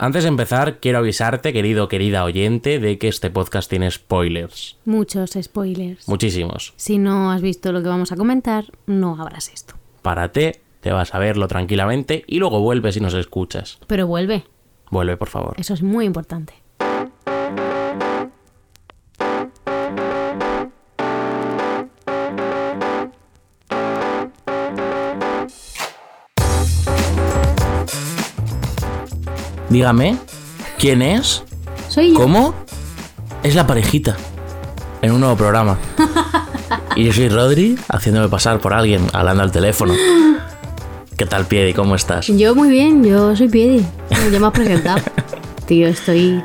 Antes de empezar, quiero avisarte, querido o querida oyente, de que este podcast tiene spoilers. Muchos spoilers. Muchísimos. Si no has visto lo que vamos a comentar, no habrás esto. Párate, te vas a verlo tranquilamente y luego vuelves y nos escuchas. Pero vuelve. Vuelve, por favor. Eso es muy importante. Dígame, ¿quién es? Soy yo. ¿Cómo? Es la parejita. En un nuevo programa. Y yo soy Rodri, haciéndome pasar por alguien, hablando al teléfono. ¿Qué tal, Piedi? ¿Cómo estás? Yo muy bien, yo soy Piedi. Ya me has presentado. Tío, estoy.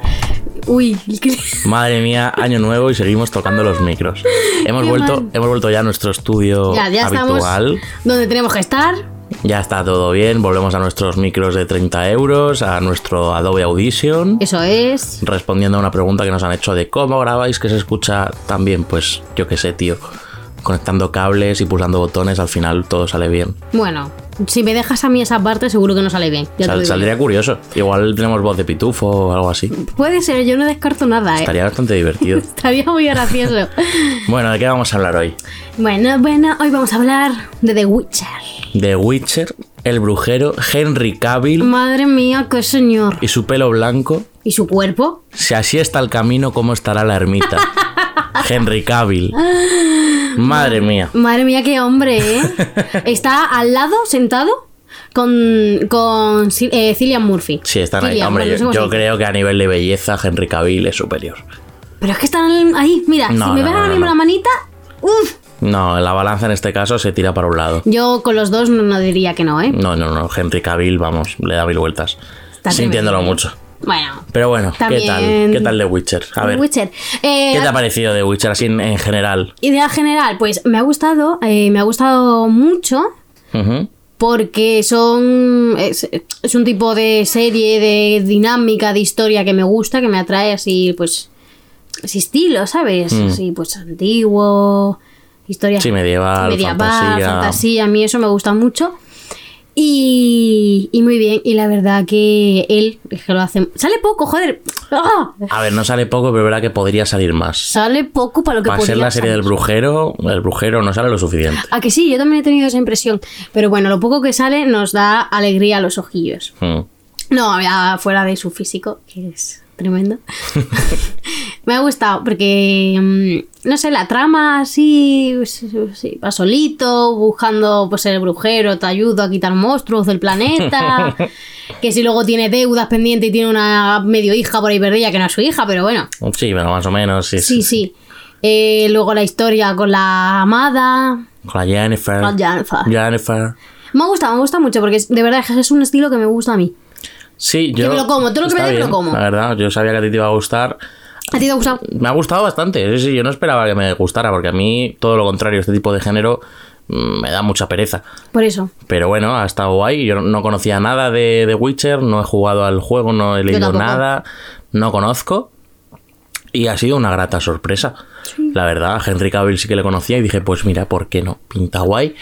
Uy, qué- Madre mía, año nuevo y seguimos tocando los micros. Hemos Qué vuelto, mal. hemos vuelto ya a nuestro estudio ya, ya estamos habitual. donde tenemos que estar. Ya está todo bien. Volvemos a nuestros micros de 30 euros, a nuestro Adobe Audition. Eso es. respondiendo a una pregunta que nos han hecho de cómo grabáis que se escucha tan bien. Pues yo qué sé, tío. Conectando cables y pulsando botones, al final todo sale bien. Bueno, si me dejas a mí esa parte, seguro que no sale bien. Sal- Ya te lo digo. Eh. saldría curioso. Igual tenemos voz de pitufo o algo así. Puede ser, yo no descarto nada, ¿eh? Estaría bastante divertido. Estaría muy gracioso. Bueno, ¿de qué vamos a hablar hoy? bueno, bueno, hoy vamos a hablar de The Witcher. De Witcher, el brujero, Henry Cavill Madre mía, qué señor. y su pelo blanco. ¿Y su cuerpo? Si así está el camino, ¿cómo estará la ermita? Henry Cavill. Madre mía. Madre mía, qué hombre, ¿eh? Está al lado, sentado, con, con Ci- eh, Cillian Murphy. Sí, están ahí. Cillian, Hombre, bueno, no sé yo, cómo se yo dice. creo que a nivel de belleza, Henry Cavill es superior. Pero es que están ahí, mira, No, si me no, ven no, ahora no, mismo no. la manita, uff. No, la balanza en este caso se tira para un lado. Yo con los dos no, no diría que no, ¿eh? No, no, no. Henry Cavill, vamos, le da mil vueltas. Está sintiéndolo tremendo. mucho. Bueno, Pero bueno, ¿qué También- tal? ¿Qué tal de Witcher? A ver, Witcher. Eh, ¿qué te ha parecido de Witcher así en, en general? idea general, pues me ha gustado, eh, me ha gustado mucho. Ujú. porque son es, es un tipo de serie de dinámica de historia que me gusta que me atrae así pues ese estilo sabes así pues antiguo historia Mm. Sí, medieval, fantasía. fantasía a mí eso me gusta mucho y, y muy bien y la verdad que él es que lo hace sale poco joder ¡Ah! A ver, no sale poco, pero es verdad que podría salir más. sale poco para lo que Para ser podría la serie del salir. brujero, el brujero no sale lo suficiente. a que sí yo también he tenido esa impresión pero bueno lo poco que sale nos da alegría a los ojillos Mm. No, ya fuera de su físico, que es tremendo. me ha gustado porque, mm, no sé, la trama así, sí, pues, sí, va solito, buscando pues el brujero, te ayudo a quitar monstruos del planeta. que si luego tiene deudas pendientes y tiene una medio hija por ahí perdida, que no es su hija, pero bueno, Sí, pero más o menos. Sí, sí, sí. Eh, luego la historia con la amada. Con la Jennifer. Con Jennifer. Jennifer. Me ha gustado, me gusta mucho porque es- de verdad es un estilo que me gusta a mí. Sí, yo. me lo como, todo lo que me Está dé, me lo bien, como. La verdad, yo sabía que a ti te iba a gustar. ¿A ti te ha gustado? Me ha gustado bastante. Sí, sí, yo no esperaba que me gustara, porque a mí, todo lo contrario, este tipo de género mm, me da mucha pereza. Por eso. Pero bueno, ha estado guay. Yo no conocía nada de, de Witcher, no he jugado al juego, no he leído tampoco. nada, no conozco. Y ha sido una grata sorpresa. La verdad, a Henry Cavill sí que le conocía y dije, pues mira, ¿por qué no? Pinta guay.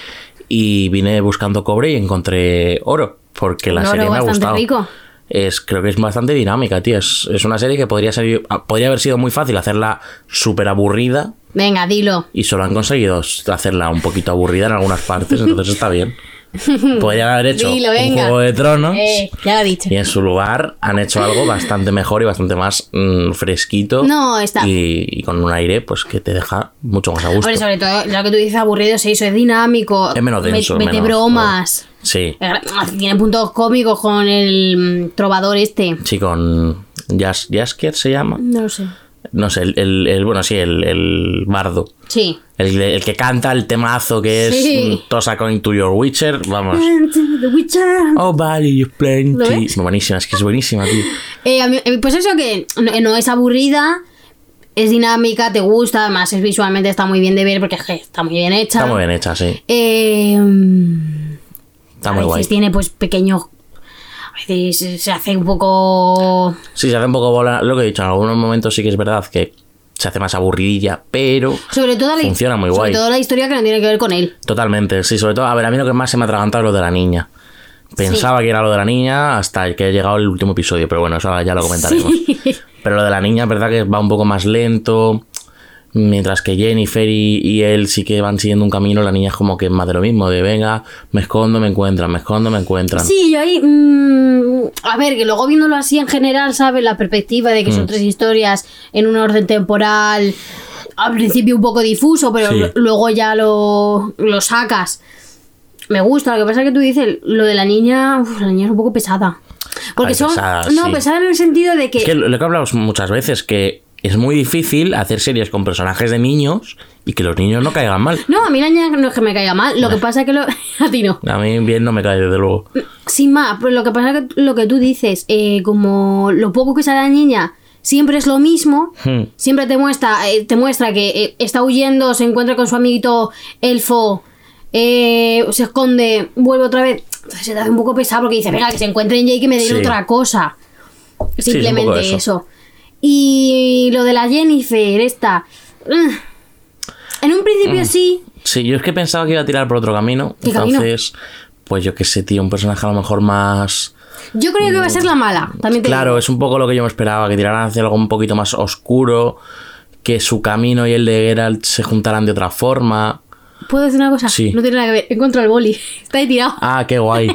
Y vine buscando cobre y encontré oro, porque la Un oro serie me ha bastante gustado. rico. Es, creo que es bastante dinámica, tío. Es, es una serie que podría, ser, podría haber sido muy fácil hacerla súper aburrida Venga, dilo. y solo han conseguido hacerla un poquito aburrida en algunas partes, entonces está bien. Podrían haber hecho Dilo, un venga. juego de tronos Eh, ya lo he dicho. y en su lugar han hecho algo bastante mejor y bastante más mm, fresquito. No, está. Y, y con un aire pues que te deja mucho más a gusto. Hombre, sobre todo lo que tú dices aburrido, sí, eso es dinámico. Es menos denso, Mete menos- bromas. ah, Sí, Tiene puntos cómicos con el mm, trovador este. sí, con Jas- Jaskier se llama. No lo sé. No sé, el, el- el- bueno, sí, el, el bardo. Sí. El, el que canta el temazo que es Sí. mm, Toss a Coin to Your Witcher, vamos. The Witcher. Oh, vale, you ¿Lo plenty. ves? Buenísima, es que es buenísima, tío. Eh, a mí- eh, pues eso que no, no es aburrida, es dinámica, te gusta, además es visualmente está muy bien de ver porque es que está muy bien hecha. Está muy bien hecha, sí. Eh, mm, Está a muy veces guay. tiene pues pequeños... A veces eh, se hace un poco... Sí, se hace un poco bola. Lo que he dicho, en algunos momentos sí que es verdad que se hace más aburridilla, pero. Sobre todo la, Funciona muy sobre guay. todo la historia que no tiene que ver con él. Totalmente, sí, sobre todo. A ver, a mí lo que más se me ha atragantado es lo de la niña. Pensaba que era lo de la niña hasta que ha llegado el último episodio, pero bueno, eso ahora ya lo comentaremos. Pero lo de la niña es verdad que va un poco más lento. Mientras que Jennifer y, y él sí que van siguiendo un camino, la niña es como que es más de lo mismo, de venga, me escondo, me encuentran, me escondo, me encuentran. Sí, yo ahí. mm, a ver, que luego viéndolo así en general, ¿sabes? La perspectiva de que Mm. son tres historias en un orden temporal, al principio un poco difuso, pero Sí. lo- luego ya lo, lo sacas. Me gusta, lo que pasa es que tú dices, lo de la niña, uf, la niña es un poco pesada. Porque Ay, son. pesada, no, sí. pesada en el sentido de que. Es que lo lo que hablamos muchas veces, que es muy difícil hacer series con personajes de niños y que los niños no caigan mal. No, a mí la niña no es que me caiga mal, lo que pasa es que lo. A ti no. A mí bien no me cae, desde luego. Sin más, pero lo que pasa es que lo que tú dices, eh, como lo poco que sale la niña siempre es lo mismo, Hmm. siempre te muestra, eh, te muestra que eh, está huyendo, se encuentra con su amiguito elfo, eh, se esconde, vuelve otra vez. Entonces se te hace un poco pesado porque dices, venga, que se encuentren ya y que me den Sí. otra cosa. es un poco Simplemente eso. eso. Y lo de la Jennifer, esta. mm, En un principio sí, Sí, yo es que pensaba que iba a tirar por otro camino. ¿Qué camino? entonces, pues yo qué sé, tío, un personaje a lo mejor más... yo creo que va a ser la mala. También te Mm. Claro, es un poco lo que yo me esperaba, que tiraran hacia algo un poquito más oscuro, que su camino y el de Geralt se juntaran de otra forma. ¿Puedo decir una cosa? Sí. No tiene nada que ver. Encuentro el boli. Está ahí tirado. Ah, qué guay.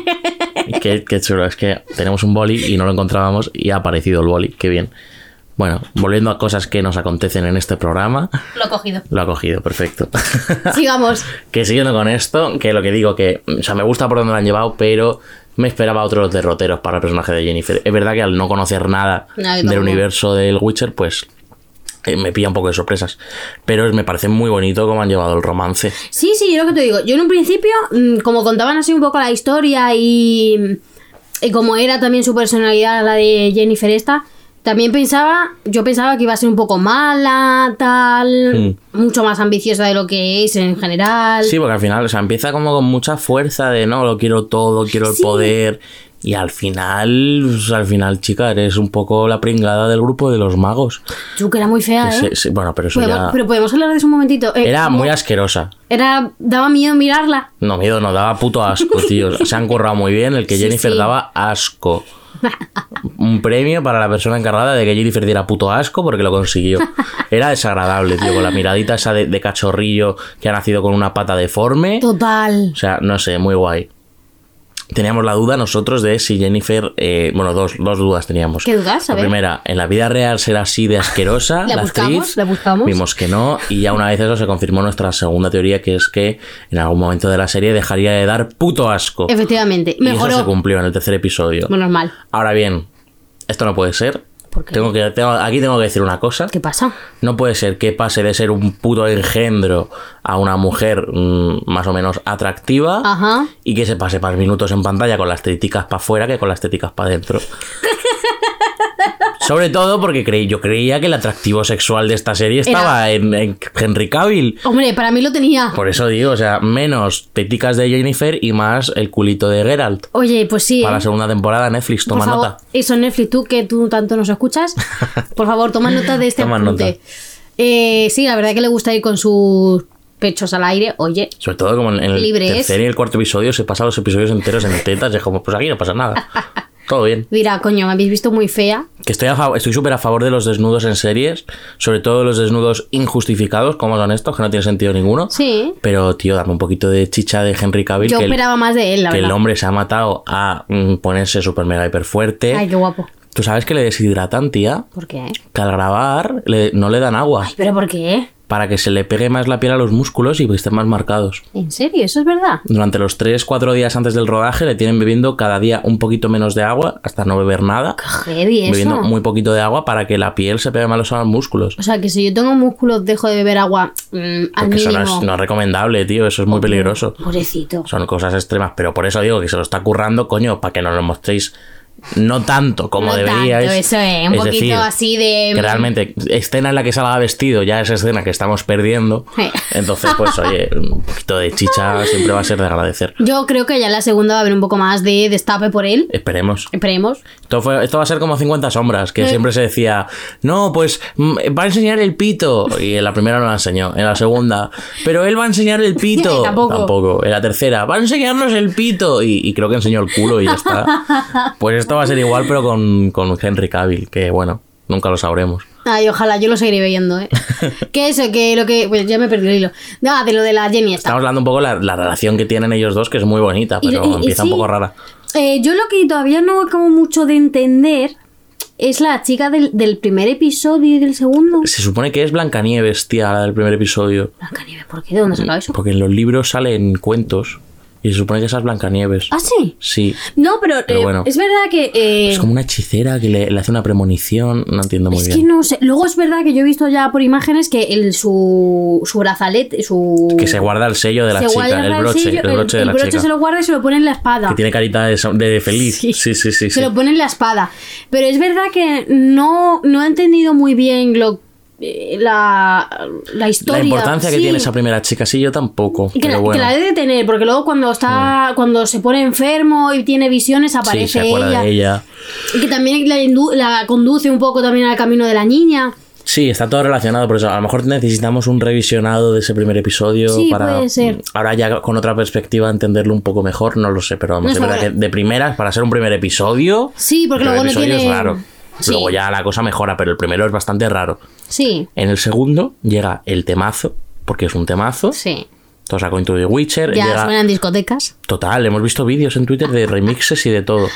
qué, qué chulo. Es que tenemos un boli y no lo encontrábamos y ha aparecido el boli. Qué bien. Bueno, volviendo a cosas que nos acontecen en este programa, Lo he cogido. lo ha cogido, perfecto. Sigamos. que siguiendo con esto, que lo que digo que, o sea, me gusta por donde lo han llevado, pero me esperaba otros derroteros para el personaje de Jennifer. Es verdad que al no conocer nada No, yo del tampoco. universo del Witcher, pues eh, me pilla un poco de sorpresas. Pero me parece muy bonito cómo han llevado el romance. Sí, sí, yo lo que te digo. Yo en un principio, mm, como contaban así un poco la historia y, mm, y como era también su personalidad la de Jennifer esta, también pensaba, yo pensaba que iba a ser un poco mala, tal, mucho más ambiciosa de lo que es en general. Hmm. Sí, porque al final, o sea, empieza como con mucha fuerza de no, lo quiero todo, quiero el Sí. poder. Y al final, pues, al final, chica, eres un poco la pringada del grupo de los magos. Yo que era muy fea, ¿eh? Sí, sí, bueno, pero eso Podemos- ya. Pero podemos hablar de eso un momentito. Eh, Era ¿cómo? muy asquerosa. Era, daba miedo mirarla. No, miedo, no, daba puto asco, tío. Se han currado muy bien el que Sí, Jennifer sí. daba asco. Un premio para la persona encargada de que Jennifer diera puto asco porque lo consiguió. Era desagradable, tío, con la miradita esa de, de cachorrillo que ha nacido con una pata deforme. Total. O sea, no sé, muy guay. Teníamos la duda nosotros de si Jennifer. eh, bueno, dos, dos dudas teníamos. ¿Qué dudas? A La ver. primera, ¿en la vida real será así de asquerosa? La buscamos, actriz? la buscamos. Vimos que no, y ya una vez eso se confirmó nuestra segunda teoría, que es que en algún momento de la serie dejaría de dar puto asco. Efectivamente, Y eso se mejoró. cumplió en el tercer episodio. Bueno, normal. Ahora bien, esto no puede ser. ¿Por qué? Tengo que, tengo- aquí tengo que decir una cosa. ¿Qué pasa? No puede ser que pase de ser un puto engendro a una mujer mm, más o menos Ah, atractiva Ajá. y que se pase más minutos en pantalla con las teticas para afuera que con las teticas para adentro. Sobre todo porque creí, yo creía que el atractivo sexual de esta serie estaba en, en Henry Cavill. Hombre, para mí lo tenía. Por eso digo, o sea, menos teticas de Jennifer y más el culito de Geralt. Oye, pues sí. Para ¿eh? la segunda temporada, Netflix, Por toma favor, nota. Eso Netflix, tú que tú tanto nos escuchas, por favor, toma nota de este Toma apunte. nota. Eh, sí, la verdad que le gusta ir con sus pechos al aire. Oye, Sobre todo como en el Libre es. tercer y el cuarto episodio se pasan los episodios enteros en tetas y es como, pues aquí no pasa nada. Todo bien. dirá, coño, me habéis visto muy fea. Que estoy a fav- estoy súper a favor de los desnudos en series, sobre todo los desnudos injustificados, como son estos, que no tiene sentido ninguno. Sí. Pero, tío, dame un poquito de chicha de Henry Cavill, Yo que, el, esperaba más de él, la que el verdad. hombre se ha matado a mm, ponerse super mega hiper fuerte. Ay, qué guapo. Tú sabes que le deshidratan, tía, ¿Por qué? que al grabar le- no le dan agua, Ay, pero ¿por qué? para que se le pegue más la piel a los músculos y que estén más marcados. ¿En serio? ¿Eso es verdad? Durante los 3-4 días antes del rodaje le tienen bebiendo cada día un poquito menos de agua, hasta no beber nada. Heavy eso. Bebiendo muy poquito de agua para que la piel se pegue más a los músculos. O sea, que si yo tengo músculos, dejo de beber agua mm, al Porque Pues eso no mínimo. es, no es recomendable, tío, eso es muy peligroso. Pobrecito. Son cosas extremas, pero por eso digo que se lo está currando, coño, para que nos lo mostréis no tanto como No debería. tanto, es- eso es, un es poquito decir, así em, de- Que realmente, escena en la que salga vestido ya es escena que estamos perdiendo. Sí. Entonces, pues, oye, un poquito de chicha siempre va a ser de agradecer. mm, Yo creo que ya en la segunda va a haber un poco más de destape por él. Esperemos. Esperemos. Esto, fue- esto va a ser como 50 sombras, que siempre se decía, no, pues mm, va a enseñar el pito. Y en la primera no la enseñó, en la segunda, pero él va a enseñar el pito. Y tampoco. En la tercera, va a enseñarnos el pito. Y, y creo que enseñó el culo y ya está. Pues esto va a ser igual, pero con, con Henry Cavill, que bueno, nunca lo sabremos. Ay, ojalá, yo lo seguiré viendo, ¿eh? que eso, que lo que. Pues ya me perdí el hilo. Ah, de lo de la Jenny esta. Estamos hablando un poco de la, la relación que tienen ellos dos, que es muy bonita, Y- pero y- y empieza sí, un poco rara. eh, yo lo que todavía no acabo mucho de entender es la chica del, del primer episodio y del segundo. Se supone que es Blancanieves, tía, la del primer episodio. Blancanieves, ¿por qué? ¿De dónde sacado eso? Porque en los libros salen cuentos. Y se supone que esa es Blancanieves. Ah, sí. Sí. No, pero, eh, Pero bueno. es verdad que. eh, Es como una hechicera que le, le hace una premonición. No entiendo muy Es que bien. no sé. Luego es verdad que yo he visto ya por imágenes que el, su, su brazalete, su. Que se guarda el sello de la se chica, guarda el broche, sello, el broche de el la broche chica. se lo guarda y se lo pone en la espada. Que tiene carita de, de feliz. Sí. Sí, sí, sí. sí, Se lo pone en la espada. Pero es verdad que no, no he entendido muy bien lo, eh, la, la historia. La importancia que Sí. tiene esa primera chica, sí, yo tampoco. Y Que la, pero bueno. que la debe de tener, porque luego cuando está cuando se pone enfermo y tiene visiones sí, aparece se acuerda ella. de ella. Y que también la, indu- la conduce un poco también al camino de la niña. Sí, está todo relacionado, por eso a lo mejor necesitamos un revisionado de ese primer episodio Sí, para mm, puede ser. ahora ya con otra perspectiva entenderlo un poco mejor, no lo sé, pero vamos, No es está verdad que bueno. de primeras, para ser un primer episodio, Sí, porque el luego primer no episodio tiene- es raro. Sí. Luego ya la cosa mejora, pero el primero es bastante raro. Sí, En el segundo llega el temazo, porque es un temazo. sí. Todo saco Into the Witcher. Ya llega- suenan discotecas. Total, hemos visto vídeos en Twitter de remixes y de todo.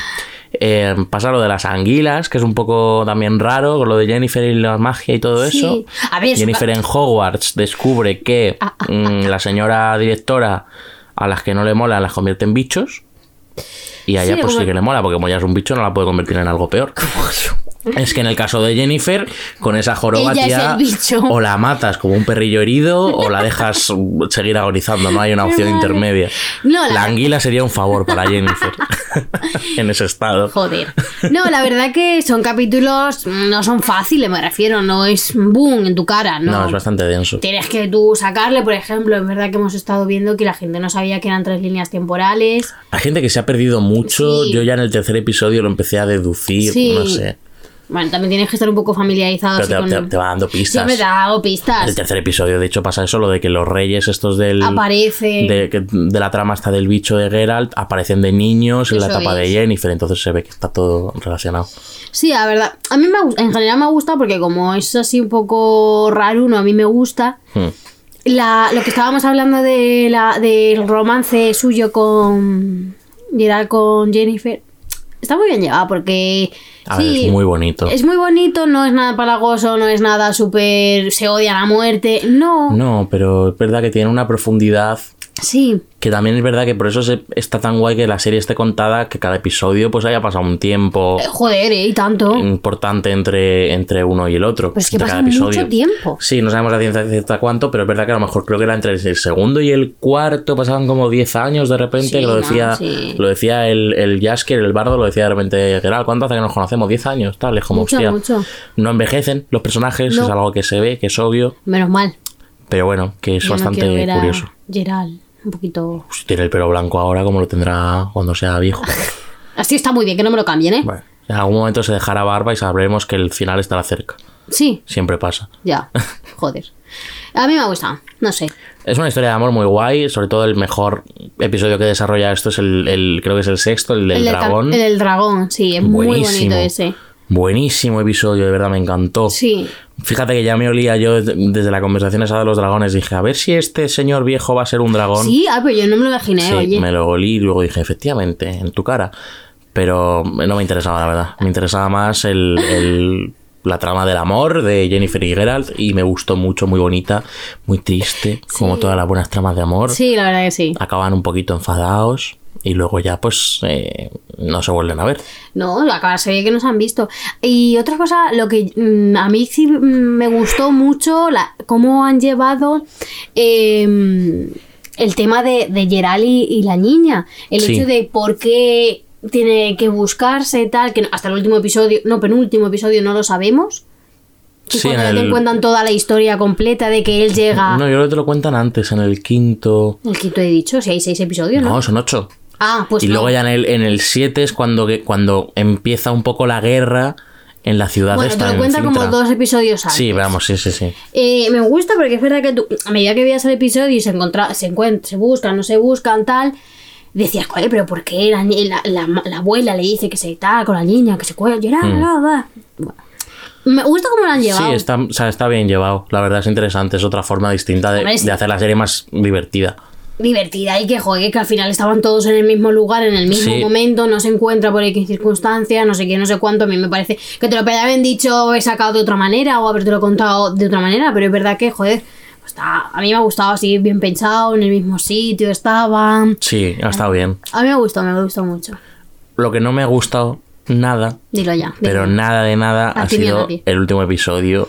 Eh, pasa lo de las anguilas, que es un poco también raro, con lo de Jennifer y la magia y todo Sí. eso. A ver, Jennifer en Hogwarts descubre que Ah, mm, la señora directora a las que no le mola las convierte en bichos. Y a ella Sí, pues sí como- que le mola, porque como ella es un bicho no la puede convertir en algo peor. Es que en el caso de Jennifer, con esa joroba Ella es tía, el bicho. o la matas como un perrillo herido o la dejas mm, seguir agonizando, no hay una opción Madre. intermedia. No, la- la anguila sería un favor para Jennifer en ese estado. Joder. No, la verdad que son capítulos, mm, no son fáciles, me refiero, no es boom en tu cara, no. No, es bastante denso. Tienes que tú sacarle, por ejemplo, es verdad que hemos estado viendo que la gente no sabía que eran tres líneas temporales. Hay gente que se ha perdido mucho. Sí. Yo ya en el tercer episodio lo empecé a deducir, Sí. no sé. Bueno, también tienes que estar un poco familiarizado Pero así te, con... te- te va dando Sí, pistas. me he dado En el pistas. tercer episodio, de hecho, pasa eso, lo de que los reyes estos del... Aparece. De, que- de la trama hasta del bicho de Geralt aparecen de niños en la Eso etapa de es. Jennifer, entonces se ve que está todo relacionado. Sí, la verdad. A mí me, ha gu- en general me gusta porque como es así un poco raro, no, a mí me gusta. Hmm. La, lo que estábamos hablando de la, del romance suyo con Gerard con Jennifer está muy bien llevado porque A ver, sí, es muy bonito. es muy bonito, no es nada palagoso, no es nada súper se odia la muerte, no, No, pero es verdad que tiene una profundidad sí, Que también es verdad que por eso se- está tan guay que la serie esté contada, que cada episodio pues haya pasado un tiempo Eh, joder, ¿eh? y tanto. Mm. importante entre, entre uno y el otro. Pues es que entre pasa cada episodio. mucho tiempo. Sí, no sabemos la ciencia cierta cuánto, pero es verdad que a lo mejor creo que era entre el segundo y el cuarto, pasaban como 10 años de repente, Sí, que lo no, decía, sí. lo decía el, el Jasker, el bardo, lo decía de repente, Gerald, ¿cuánto hace que nos conocemos? 10 años, tal, es como, Mucho, hostia, mucho. no envejecen los personajes, No. es algo que se ve, que es obvio, Menos mal. pero bueno, que es Yo no bastante quiero ver a curioso. Gerard, un poquito. Pues tiene el pelo blanco ahora, como lo tendrá cuando sea viejo. Así está muy bien, que no me lo cambien, ¿eh? Bueno, en algún momento se dejará barba y sabremos que el final estará cerca. Sí, Siempre pasa. ya. Joder. A mí me ha gustado, no sé. Es una historia de amor muy guay, sobre todo el mejor episodio que desarrolla esto es el, el- creo que es el sexto, el del del ca- dragón. El del dragón, sí, es muy bonito ese. Buenísimo episodio, de verdad me encantó. Sí. Fíjate que ya me olía yo de- desde la conversación esa de los dragones, dije, a ver si este señor viejo va a ser un dragón. Sí, ah, pero yo no me lo imaginé, Sí, oye. me lo olí y luego dije, efectivamente, en tu cara. Pero no me interesaba, la verdad. Me interesaba más el, el- la trama del amor de Jennifer y Geralt y me gustó mucho, muy bonita, muy triste, como todas las buenas tramas de amor. Sí, la verdad que sí. Acaban un poquito enfadados y luego ya pues eh, no se vuelven a ver. No, acaba se ve que nos han visto. Y otra cosa, lo que mm, a mí sí mm, me gustó mucho, la, cómo han llevado eh, el tema de, de Gerald y, y la niña. El Sí. hecho de por qué tiene que buscarse tal, que no- hasta el último episodio, no, penúltimo episodio no lo sabemos. Que Sí, cuando en ya te el- cuentan toda la historia completa de que él llega... No, yo creo que te lo cuentan antes, en el quinto. El quinto he dicho, si hay seis episodios, ¿no? No, son ocho. Ah, pues y no. luego ya en el, en el 7 es cuando, que- cuando empieza un poco la guerra en la ciudad Bueno, esta, te lo en cuentan como Cintra. dos episodios antes. Sí, vamos, sí, sí, sí. Eh, me gusta porque es verdad que tú, a medida que veías el episodio y se, encontra, se, encuent- se buscan, no se buscan, tal, decías, joder, pero ¿por qué la, ni- la- la- la abuela le dice que se tal con la niña, que se cuela, llorar, bla, bla, bla? Me gusta cómo lo han llevado. Sí, está, o sea, está bien llevado. La verdad es interesante, es otra forma distinta de, Hombre, sí. de hacer la serie más divertida. Divertida y que, joder, que al final estaban todos en el mismo lugar, en el mismo Sí. momento, no se encuentra por X circunstancias, no sé qué, no sé cuánto. A mí me parece que te lo podrían haber dicho, he sacado de otra manera o haberte lo contado de otra manera, pero es verdad que, joder, pues está, a mí me ha gustado así, bien pensado, en el mismo sitio estaban. Sí, ha estado bien. A mí me gustó, me gustó mucho. Lo que no me ha gustado nada, Dilo ya. pero dilo. nada de nada, A ha ti ni a sido nadie. el último episodio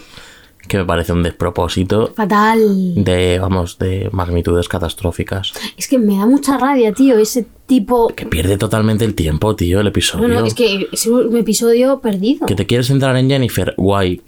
que me parece un despropósito Fatal. de, vamos, de magnitudes catastróficas. Es que me da mucha rabia, tío, ese tipo... Que pierde totalmente el tiempo, tío, el episodio. No, no, es que es un episodio perdido. Que te quieres centrar en Jennifer, guay.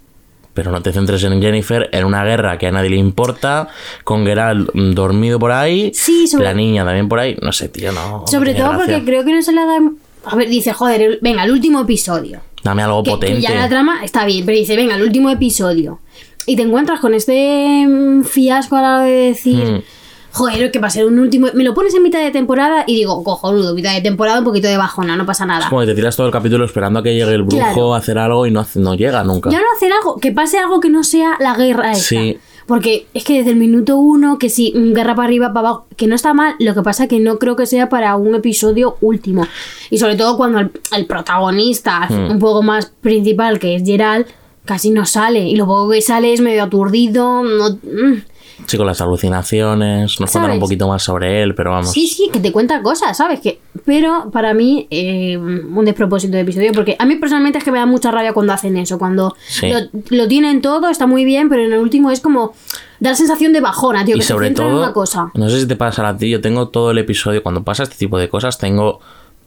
Pero no te centres en Jennifer en una guerra que a nadie le importa, con Geralt mm, dormido por ahí, Sí, sobre- la niña también por ahí. No sé, tío, no. Sobre no tiene todo gracia. porque creo que no se le da... A ver, dice, joder, el- venga, el último episodio. Dame algo Que, que potente. ya la trama está bien, pero dice, venga, el último episodio. Y te encuentras con este mm, fiasco a la hora de decir... Hmm. Joder, que va a ser un último... Me lo pones en mitad de temporada y digo, cojonudo, mitad de temporada, un poquito de bajona, no pasa nada. Es como que te tiras todo el capítulo esperando a que llegue el brujo Claro. a hacer algo y no, hace- no llega nunca. Ya no hacer algo, que pase algo que no sea la guerra esta. Sí. Porque es que desde el minuto uno, que si mm, guerra para arriba, para abajo, que no está mal, lo que pasa que no creo que sea para un episodio último. Y sobre todo cuando el, el protagonista, Hmm. un poco más principal, que es Gerald, casi no sale. Y lo poco que sale es medio aturdido. no- mm. Sí, con las alucinaciones, nos cuentan ¿Sabes? un poquito más sobre él, pero vamos. Sí, sí, que te cuenta cosas, ¿sabes? que Pero para mí, eh, un despropósito de episodio, porque a mí personalmente es que me da mucha rabia cuando hacen eso, cuando Sí. lo, lo tienen todo, está muy bien, pero en el último es como da la sensación de bajona, tío, y que sobre te centran en todo, una cosa. no sé si te pasa a ti, yo tengo todo el episodio, cuando pasa este tipo de cosas, tengo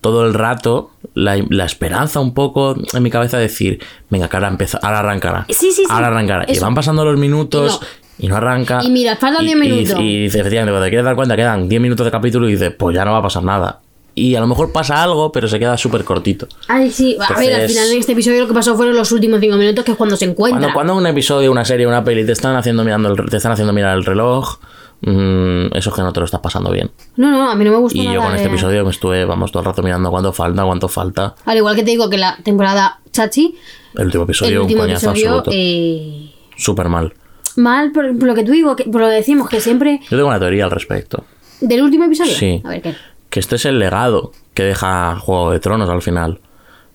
todo el rato la, la esperanza un poco en mi cabeza de decir, venga, que ahora, empieza, ahora arrancará. Sí, sí, sí. Ahora arrancará. Y Eso. van pasando los minutos y no, arranca. Y mira, faltan 10 minutos. Y, y dice, efectivamente, cuando te quieres dar cuenta, quedan 10 minutos de capítulo y dices, pues ya no va a pasar nada. Y a lo mejor pasa algo, pero se queda súper cortito. Ay, sí, a ver, al Entonces- final de este episodio lo que pasó fueron los últimos cinco minutos, que es cuando se encuentra. Cuando, cuando un episodio, una serie, una peli te están haciendo mirando el, te están haciendo mirar el reloj, mm, eso es que no te lo estás pasando bien. No, no, a mí no me gusta Y nada yo con este de- episodio me estuve, vamos, todo el rato mirando cuánto falta, cuánto falta. Al igual que te digo que la temporada Chachi, El último episodio, el último un coñazo episodio, absoluto. eh, Súper mal. mal por, por lo que tú digo, que- por lo que decimos, que siempre... Yo tengo una teoría al respecto. ¿Del último episodio? Sí. A ver, ¿qué? Que este es el legado que deja Juego de Tronos al final.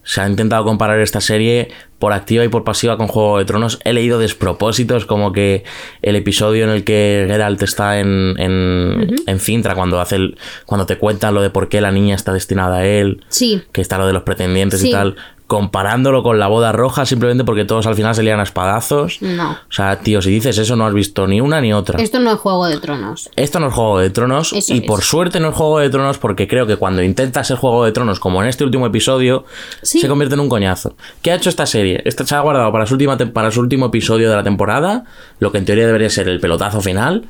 Se ha intentado comparar esta serie por activa y por pasiva con Juego de Tronos. He leído despropósitos como que el episodio en el que Geralt está en, en, en Cintra cuando, hace el, cuando te cuentan lo de por qué la niña está destinada a él. Sí. que está lo de los pretendientes Sí. y tal, comparándolo con la boda roja simplemente porque todos al final se lían a espadazos. No. O sea, tío, si dices eso no has visto ni una ni otra. Esto no Mm. es Juego de Tronos. Esto no es Juego de Tronos Eso y es. por suerte no es Juego de Tronos porque creo que cuando intentas ser Juego de Tronos, como en este último episodio, Sí. se convierte en un coñazo. ¿Qué ha hecho esta serie? Esta se ha guardado para su, última tem- para su último episodio de la temporada, lo que en teoría debería ser el pelotazo final,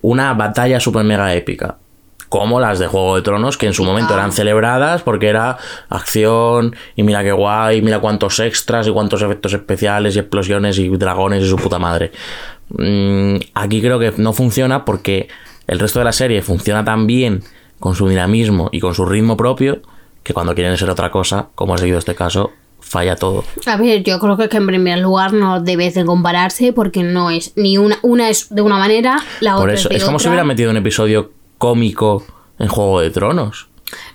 una batalla super mega épica. Como las de Juego de Tronos, que en su momento Ah. eran celebradas porque era acción y mira qué guay, mira cuántos extras y cuántos efectos especiales y explosiones y dragones y su puta madre. Mm, aquí creo que no funciona porque el resto de la serie funciona tan bien con su dinamismo y con su ritmo propio que cuando quieren ser otra cosa, como ha seguido este caso, falla todo. A ver, yo creo que es que en primer lugar no debes de compararse porque no es ni una, una es de una manera, la Por otra eso, es de es como si otra. hubiera metido un episodio cómico en Juego de Tronos.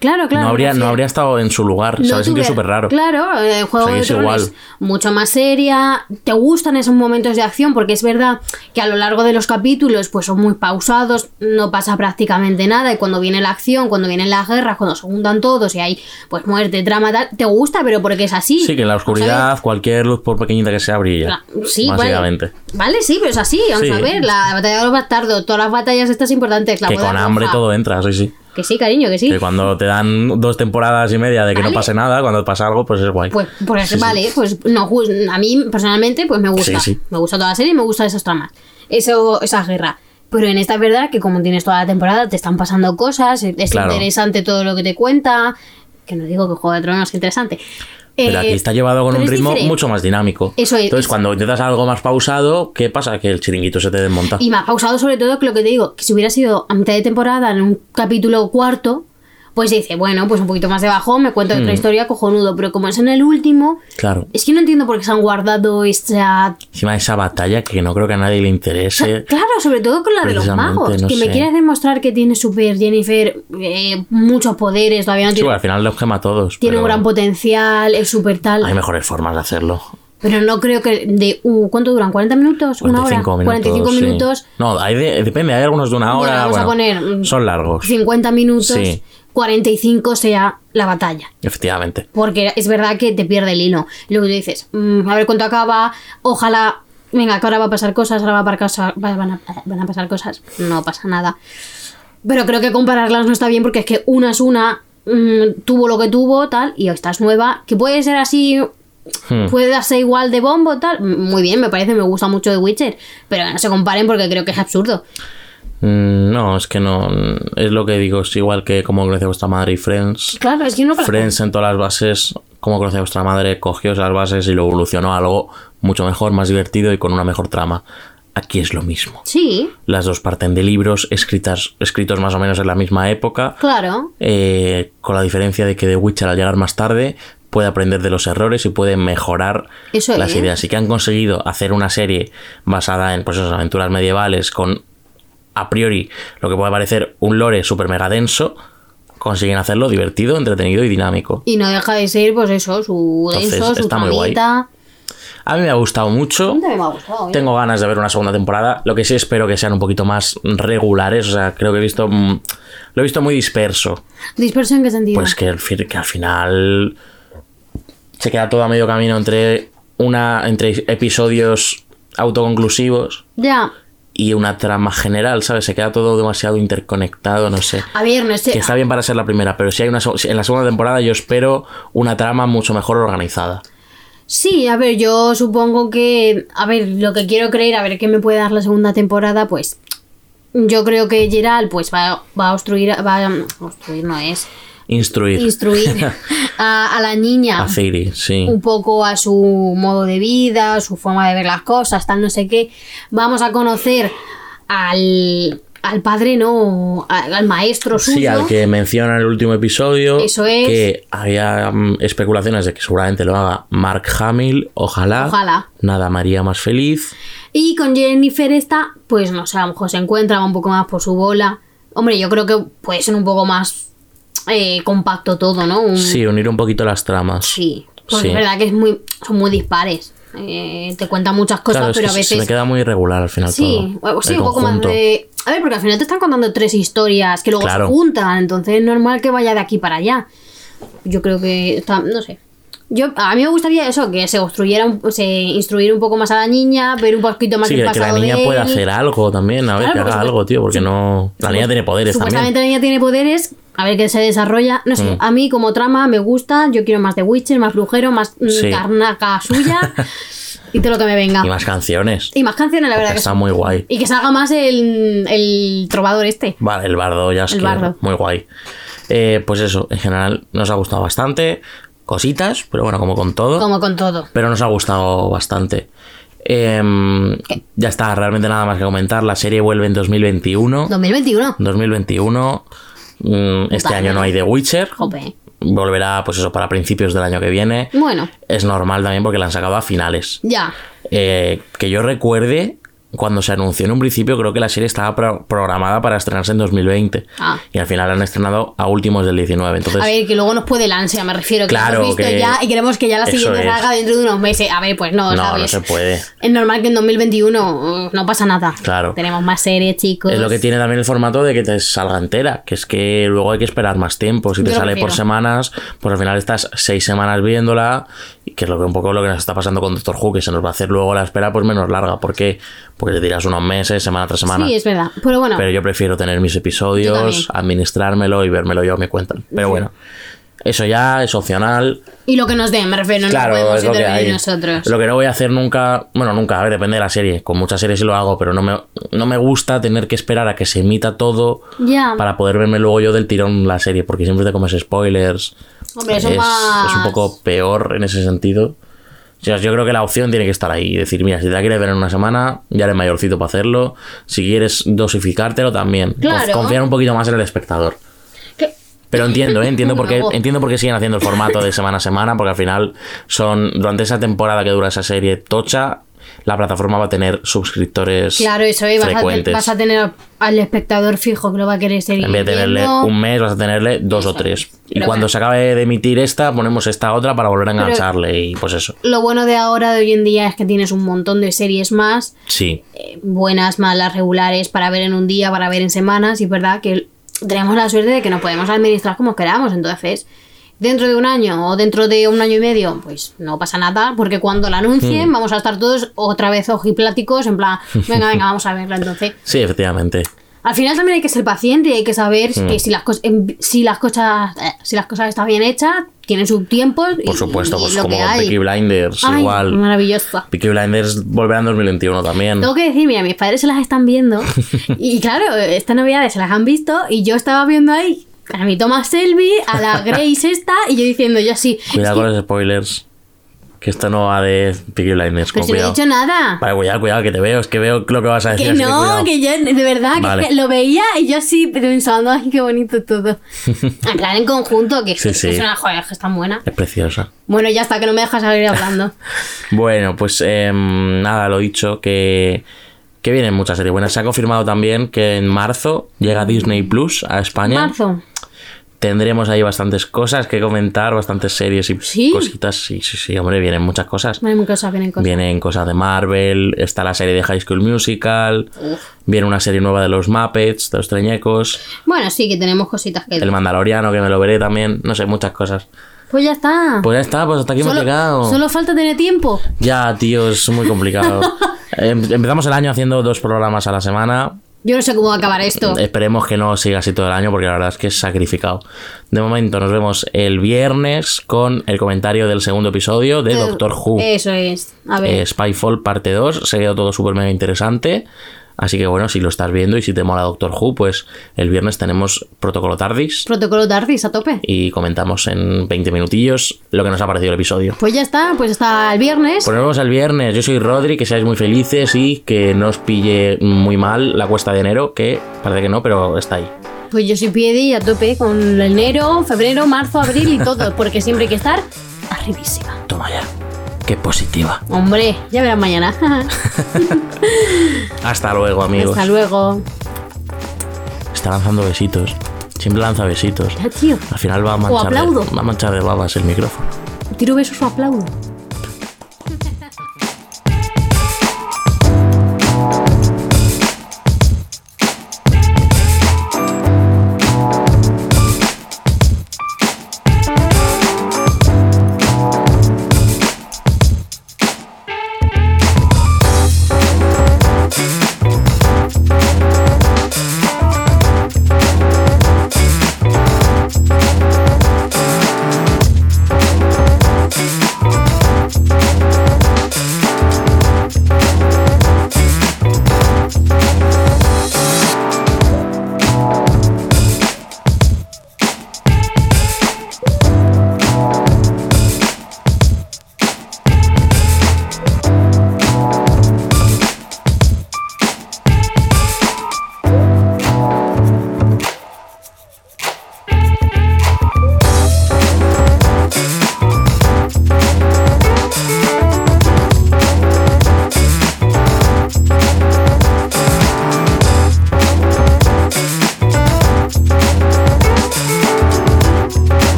Claro, claro. no, habría, sí. no habría estado en su lugar, No se habría sentido tuve- súper raro. Claro, el juego O sea, de es Tronos igual. es mucho más seria. Te gustan esos momentos de acción porque es verdad que a lo largo de los capítulos pues son muy pausados, no pasa prácticamente nada y cuando viene la acción, cuando vienen las guerras, cuando se juntan todos y hay pues muerte, trama tal, te gusta, pero porque es así. Sí, que en la Vamos a ver, oscuridad cualquier luz, por pequeñita que sea, brilla. La- Ah, sí, vale. básicamente. Vale, sí, pero es así, vamos Sí. a ver, la batalla de los bastardos, todas las batallas estas importantes, la Que boda con hambre roja. todo entra, sí, sí. Que sí, cariño, que sí. Que cuando te dan dos temporadas y media de que Vale. no pase nada, cuando pasa algo, pues es guay. Pues, pues Sí, sí. vale, pues no, ju- a mí personalmente pues me gusta. Sí, sí. Me gusta toda la serie y me gusta esos tramas. Eso, esa guerra. Pero en esta es verdad que como tienes toda la temporada, te están pasando cosas, es Claro. interesante todo lo que te cuenta. Que no digo que Juego de Tronos es interesante. Pero Eh, aquí está llevado con pero un es ritmo diferente. mucho más dinámico. Eso es- Entonces, es- cuando intentas algo más pausado, ¿qué pasa? Que el chiringuito se te desmonta. Y más pausado sobre todo que lo que te digo, que si hubiera sido a mitad de temporada, en un capítulo cuarto, pues dice, bueno, pues un poquito más de bajón, me cuento Hmm. otra historia cojonudo. Pero como es en el último, Claro. es que no entiendo por qué se han guardado esta Encima de esa batalla que no creo que a nadie le interese. Claro, sobre todo con la de los Precisamente, magos. no que me sé. quieres demostrar que tiene super Jennifer eh, muchos poderes, todavía no Sí, tiene, bueno, al final los quema a todos. tiene pero un gran potencial, es super tal. Hay mejores formas de hacerlo. Pero no creo que de uh, ¿cuánto duran? ¿40 minutos? ¿Una hora? 45 minutos. 45 sí. minutos, No, hay de- depende, hay algunos de una Bueno, hora. vamos a poner, mm, Son largos, 50 minutos, Sí. 45 sea la batalla. efectivamente. Porque es verdad que te pierde el hilo. Luego tú dices, mm, a ver cuánto acaba, ojalá, venga, que ahora va a pasar cosas, ahora va a par- cosa- va- van, a, van a pasar cosas, no pasa nada. Pero creo que compararlas no está bien porque es que una es una, mm, tuvo lo que tuvo, tal, y esta es nueva, que puede ser así, Hmm. puede ser igual de bombo, tal. M- Muy bien, me parece, me gusta mucho The Witcher, pero que no se comparen porque creo que es absurdo. Mm, No, es que no. Es lo que digo, es igual que como conoce vuestra madre y Friends. Claro, es que no... Friends en todas las bases, como conoce vuestra madre, cogió esas bases y lo evolucionó a algo mucho mejor, más divertido y con una mejor trama. Aquí es lo mismo. Sí, Las dos parten de libros escritas, escritos más o menos en la misma época. claro. eh, con la diferencia de que The Witcher al llegar más tarde puede aprender de los errores y puede mejorar Eso las es. ideas. Y que han conseguido hacer una serie basada en pues, esas aventuras medievales con a priori lo que puede parecer un lore super mega denso, consiguen hacerlo divertido, entretenido y dinámico. Y no deja de ser, pues eso, su Entonces, denso, su está muy guay. tramita. A mí me ha gustado mucho. También me ha gustado, ¿eh? Tengo ganas de ver una segunda temporada. Lo que sí espero que sean un poquito más regulares. O sea, creo que he visto. mm, Lo he visto muy disperso. ¿Disperso en qué sentido? Pues que, al fin- que al final se queda todo a medio camino entre una entre episodios autoconclusivos Ya. y una trama general, ¿sabes? Se queda todo demasiado interconectado, no sé. A ver, no sé. Que está bien para ser la primera, pero si hay una seg- en la segunda temporada yo espero una trama mucho mejor organizada. Sí, a ver, yo supongo que. A ver, lo que quiero creer, a ver qué me puede dar la segunda temporada, pues. Yo creo que Gerald, pues va, va a obstruir. Va a. Obstruir no es. Instruir. Instruir a, a la niña. a Ciri, sí. un poco a su modo de vida, su forma de ver las cosas, tal no sé qué. Vamos a conocer al, al padre, ¿no? Al, al maestro suyo. Sí, al que menciona en el último episodio. Eso es. Que había mm, especulaciones de que seguramente lo haga Mark Hamill. Ojalá. Ojalá. Nada María más feliz. Y con Jennifer esta, pues no sé, a lo mejor se encuentra, va un poco más por su bola. Hombre, yo creo que puede ser un poco más eh, compacto todo, ¿no? Un- Sí, unir un poquito las tramas. Sí. Porque Sí. es verdad que es muy, son muy dispares. Eh, te cuentan muchas cosas, Claro, es pero que a se- veces... se me queda muy irregular al final Sí, todo. o- sí, el un poco más conjunto. de... A ver, porque al final te están contando tres historias que luego Claro. se juntan, entonces es normal que vaya de aquí para allá. Yo creo que está, no sé. Yo, a mí me gustaría eso, que se construyera, un- se instruir un poco más a la niña, ver un poquito más Sí, el que- que pasado la niña de pueda él. hacer algo también, a ver, Claro, que porque haga supu- algo, tío, porque no... La niña tiene poderes también. Mm. Supuestamente la niña tiene poderes, a ver qué se desarrolla. No sé, a mí como trama me gusta, yo quiero más de Witcher, más brujero, más mm, Sí. carnaca suya y todo lo que me venga. Y más canciones. Y más canciones, la verdad que Está sí. muy guay. Y que salga más el, el trovador este. Vale, el bardo ya es El que bardo. muy guay. Eh, pues eso, en general nos ha gustado bastante. Cositas, pero bueno, como con todo. Como con todo. Pero nos ha gustado bastante. Em, ya está, realmente nada más que comentar. La serie vuelve en 2021. 2021. 2021. mm, Este Vale. año no hay The Witcher. Jope. Volverá, pues eso, para principios del año que viene. Bueno, Es normal también porque la han sacado a finales. ya. Eh, que yo recuerde, cuando se anunció en un principio, creo que la serie estaba pro- programada para estrenarse en 2020. Ah. Y al final la han estrenado a últimos del 19. Entonces, A ver, que luego nos puede el ansia, me refiero. Que Pues Claro, lo hemos visto que- ya y queremos que ya la eso siguiente es. salga dentro de unos meses. A ver, pues no, no, ¿sabes? no se puede. Es normal que en 2021 uh, no pasa nada. Claro. Tenemos más series, chicos. Es lo que tiene también el formato de que te salga entera, que es que luego hay que esperar más tiempo. Si te Yo lo sale por prefiero. semanas, pues al final estás seis semanas viéndola, y que es lo que un poco lo que nos está pasando con Doctor Who, que se nos va a hacer luego la espera pues menos larga. ¿Por qué? Porque porque te dirás unos meses, semana tras semana. Sí, es verdad. Pero bueno, Pero yo prefiero tener mis episodios, Yo administrármelo y vérmelo yo a mi cuenta. Pero bueno, eso ya es opcional. y lo que nos den, me refiero, no claro, nos podemos es lo que intervenir hay. nosotros. Lo que no voy a hacer nunca, bueno, nunca, a ver, depende de la serie. Con muchas series sí lo hago, pero no me, no me gusta tener que esperar a que se emita todo Ya, para poder verme luego yo del tirón la serie, porque siempre te comes spoilers. hombre, eso es, más... es un poco peor en ese sentido. O sea, yo creo que la opción tiene que estar ahí. Decir, mira, si te la quieres ver en una semana, ya eres mayorcito para hacerlo. Si quieres dosificártelo también. Conf- Claro. Confiar un poquito más en el espectador. Que- Pero entiendo, ¿eh? entiendo, por qué, Bravo. entiendo por qué siguen haciendo el formato de semana a semana, porque al final son, durante esa temporada que dura esa serie tocha, la plataforma va a tener suscriptores Claro, eso, eh, vas, a, frecuentes. vas a tener al espectador fijo que lo va a querer seguir En vez de tenerle viendo. un mes, vas a tenerle dos o tres. Y Pero cuando bueno. se acabe de emitir esta, ponemos esta otra para volver a engancharle y pues eso. Lo bueno de ahora, de hoy en día, es que tienes un montón de series más, Sí, eh, buenas, malas, regulares, para ver en un día, para ver en semanas, y es verdad que tenemos la suerte de que nos podemos administrar como queramos, entonces... Dentro de un año o dentro de un año y medio, pues no pasa nada, porque cuando la Mm. anuncien vamos a estar todos otra vez ojipláticos, en plan, venga, venga, vamos a verla entonces. sí, efectivamente. Al final también hay que ser paciente y hay que saber Mm. que si las, cos- em- si las cosas eh, si las cosas están bien hechas, tienen su tiempo y, Por supuesto, y pues lo como que hay. Peaky Blinders, Ay, igual. maravillosa. Peaky Blinders volverá en 2021 también. Tengo que decir, mira, mis padres se las están viendo y claro, estas navidades se las han visto y yo estaba viendo ahí a mi Thomas Selby, a la Grace esta y yo diciendo yo así, Cuidado con los spoilers. Que esto no va de Peaky Blinders, con pero si no he cuidado. dicho nada. Vale, cuidado, cuidado, que te veo, es que veo lo que vas a decir. Que así que no, cuidado. que yo de verdad que Vale. es que lo veía y yo así pensando, ay, qué bonito todo. En plan, en conjunto, que, Sí, que sí. es una joya, que es tan buena. Es preciosa. Bueno, ya está, que no me dejas seguir hablando. Bueno, pues em, nada, lo dicho, que, que vienen muchas series buenas. Se ha confirmado también que en marzo llega Disney Plus a España. Marzo. Tendremos ahí bastantes cosas que comentar, bastantes series y ¿Sí? cositas. Sí, sí, sí, hombre, vienen muchas cosas. Bueno, cosas vienen cosas. Vienen cosas de Marvel, está la serie de High School Musical, viene una serie nueva de los Muppets, de los Treñecos, Bueno, sí, que tenemos cositas que. El Mandaloriano, que me lo veré también, no sé, muchas cosas. Pues ya está. Pues ya está, pues hasta aquí hemos llegado. solo, solo falta tener tiempo. Ya, tío, es muy complicado. Em- Empezamos el año haciendo dos programas a la semana. Yo no sé cómo va a acabar esto. Esperemos que no siga así todo el año porque la verdad es que es sacrificado. De momento nos vemos el viernes con el comentario del segundo episodio de Doctor Who. Eso es. eh, A ver. Eh, Spyfall parte 2, se quedó todo súper mega interesante. Así que bueno, si lo estás viendo y si te mola Doctor Who, pues el viernes tenemos Protocolo Tardis Protocolo Tardis a tope. y comentamos en 20 minutillos lo que nos ha parecido el episodio. Pues ya está, pues hasta el viernes. Pues nos vemos el viernes. Yo soy Rodri, que seáis muy felices y que no os pille muy mal la cuesta de enero, que parece que no, pero está ahí. Pues yo soy Piedi a tope con enero, febrero, marzo, abril y todo. Porque siempre hay que estar arribísima. Toma ya. Qué positiva. Hombre, ya verás mañana. Hasta luego, amigos. hasta luego. Está lanzando besitos. Siempre lanza besitos. Ya, tío. Al final va a manchar, de, aplaudo. va a manchar de babas el micrófono. Tiro besos o aplaudo.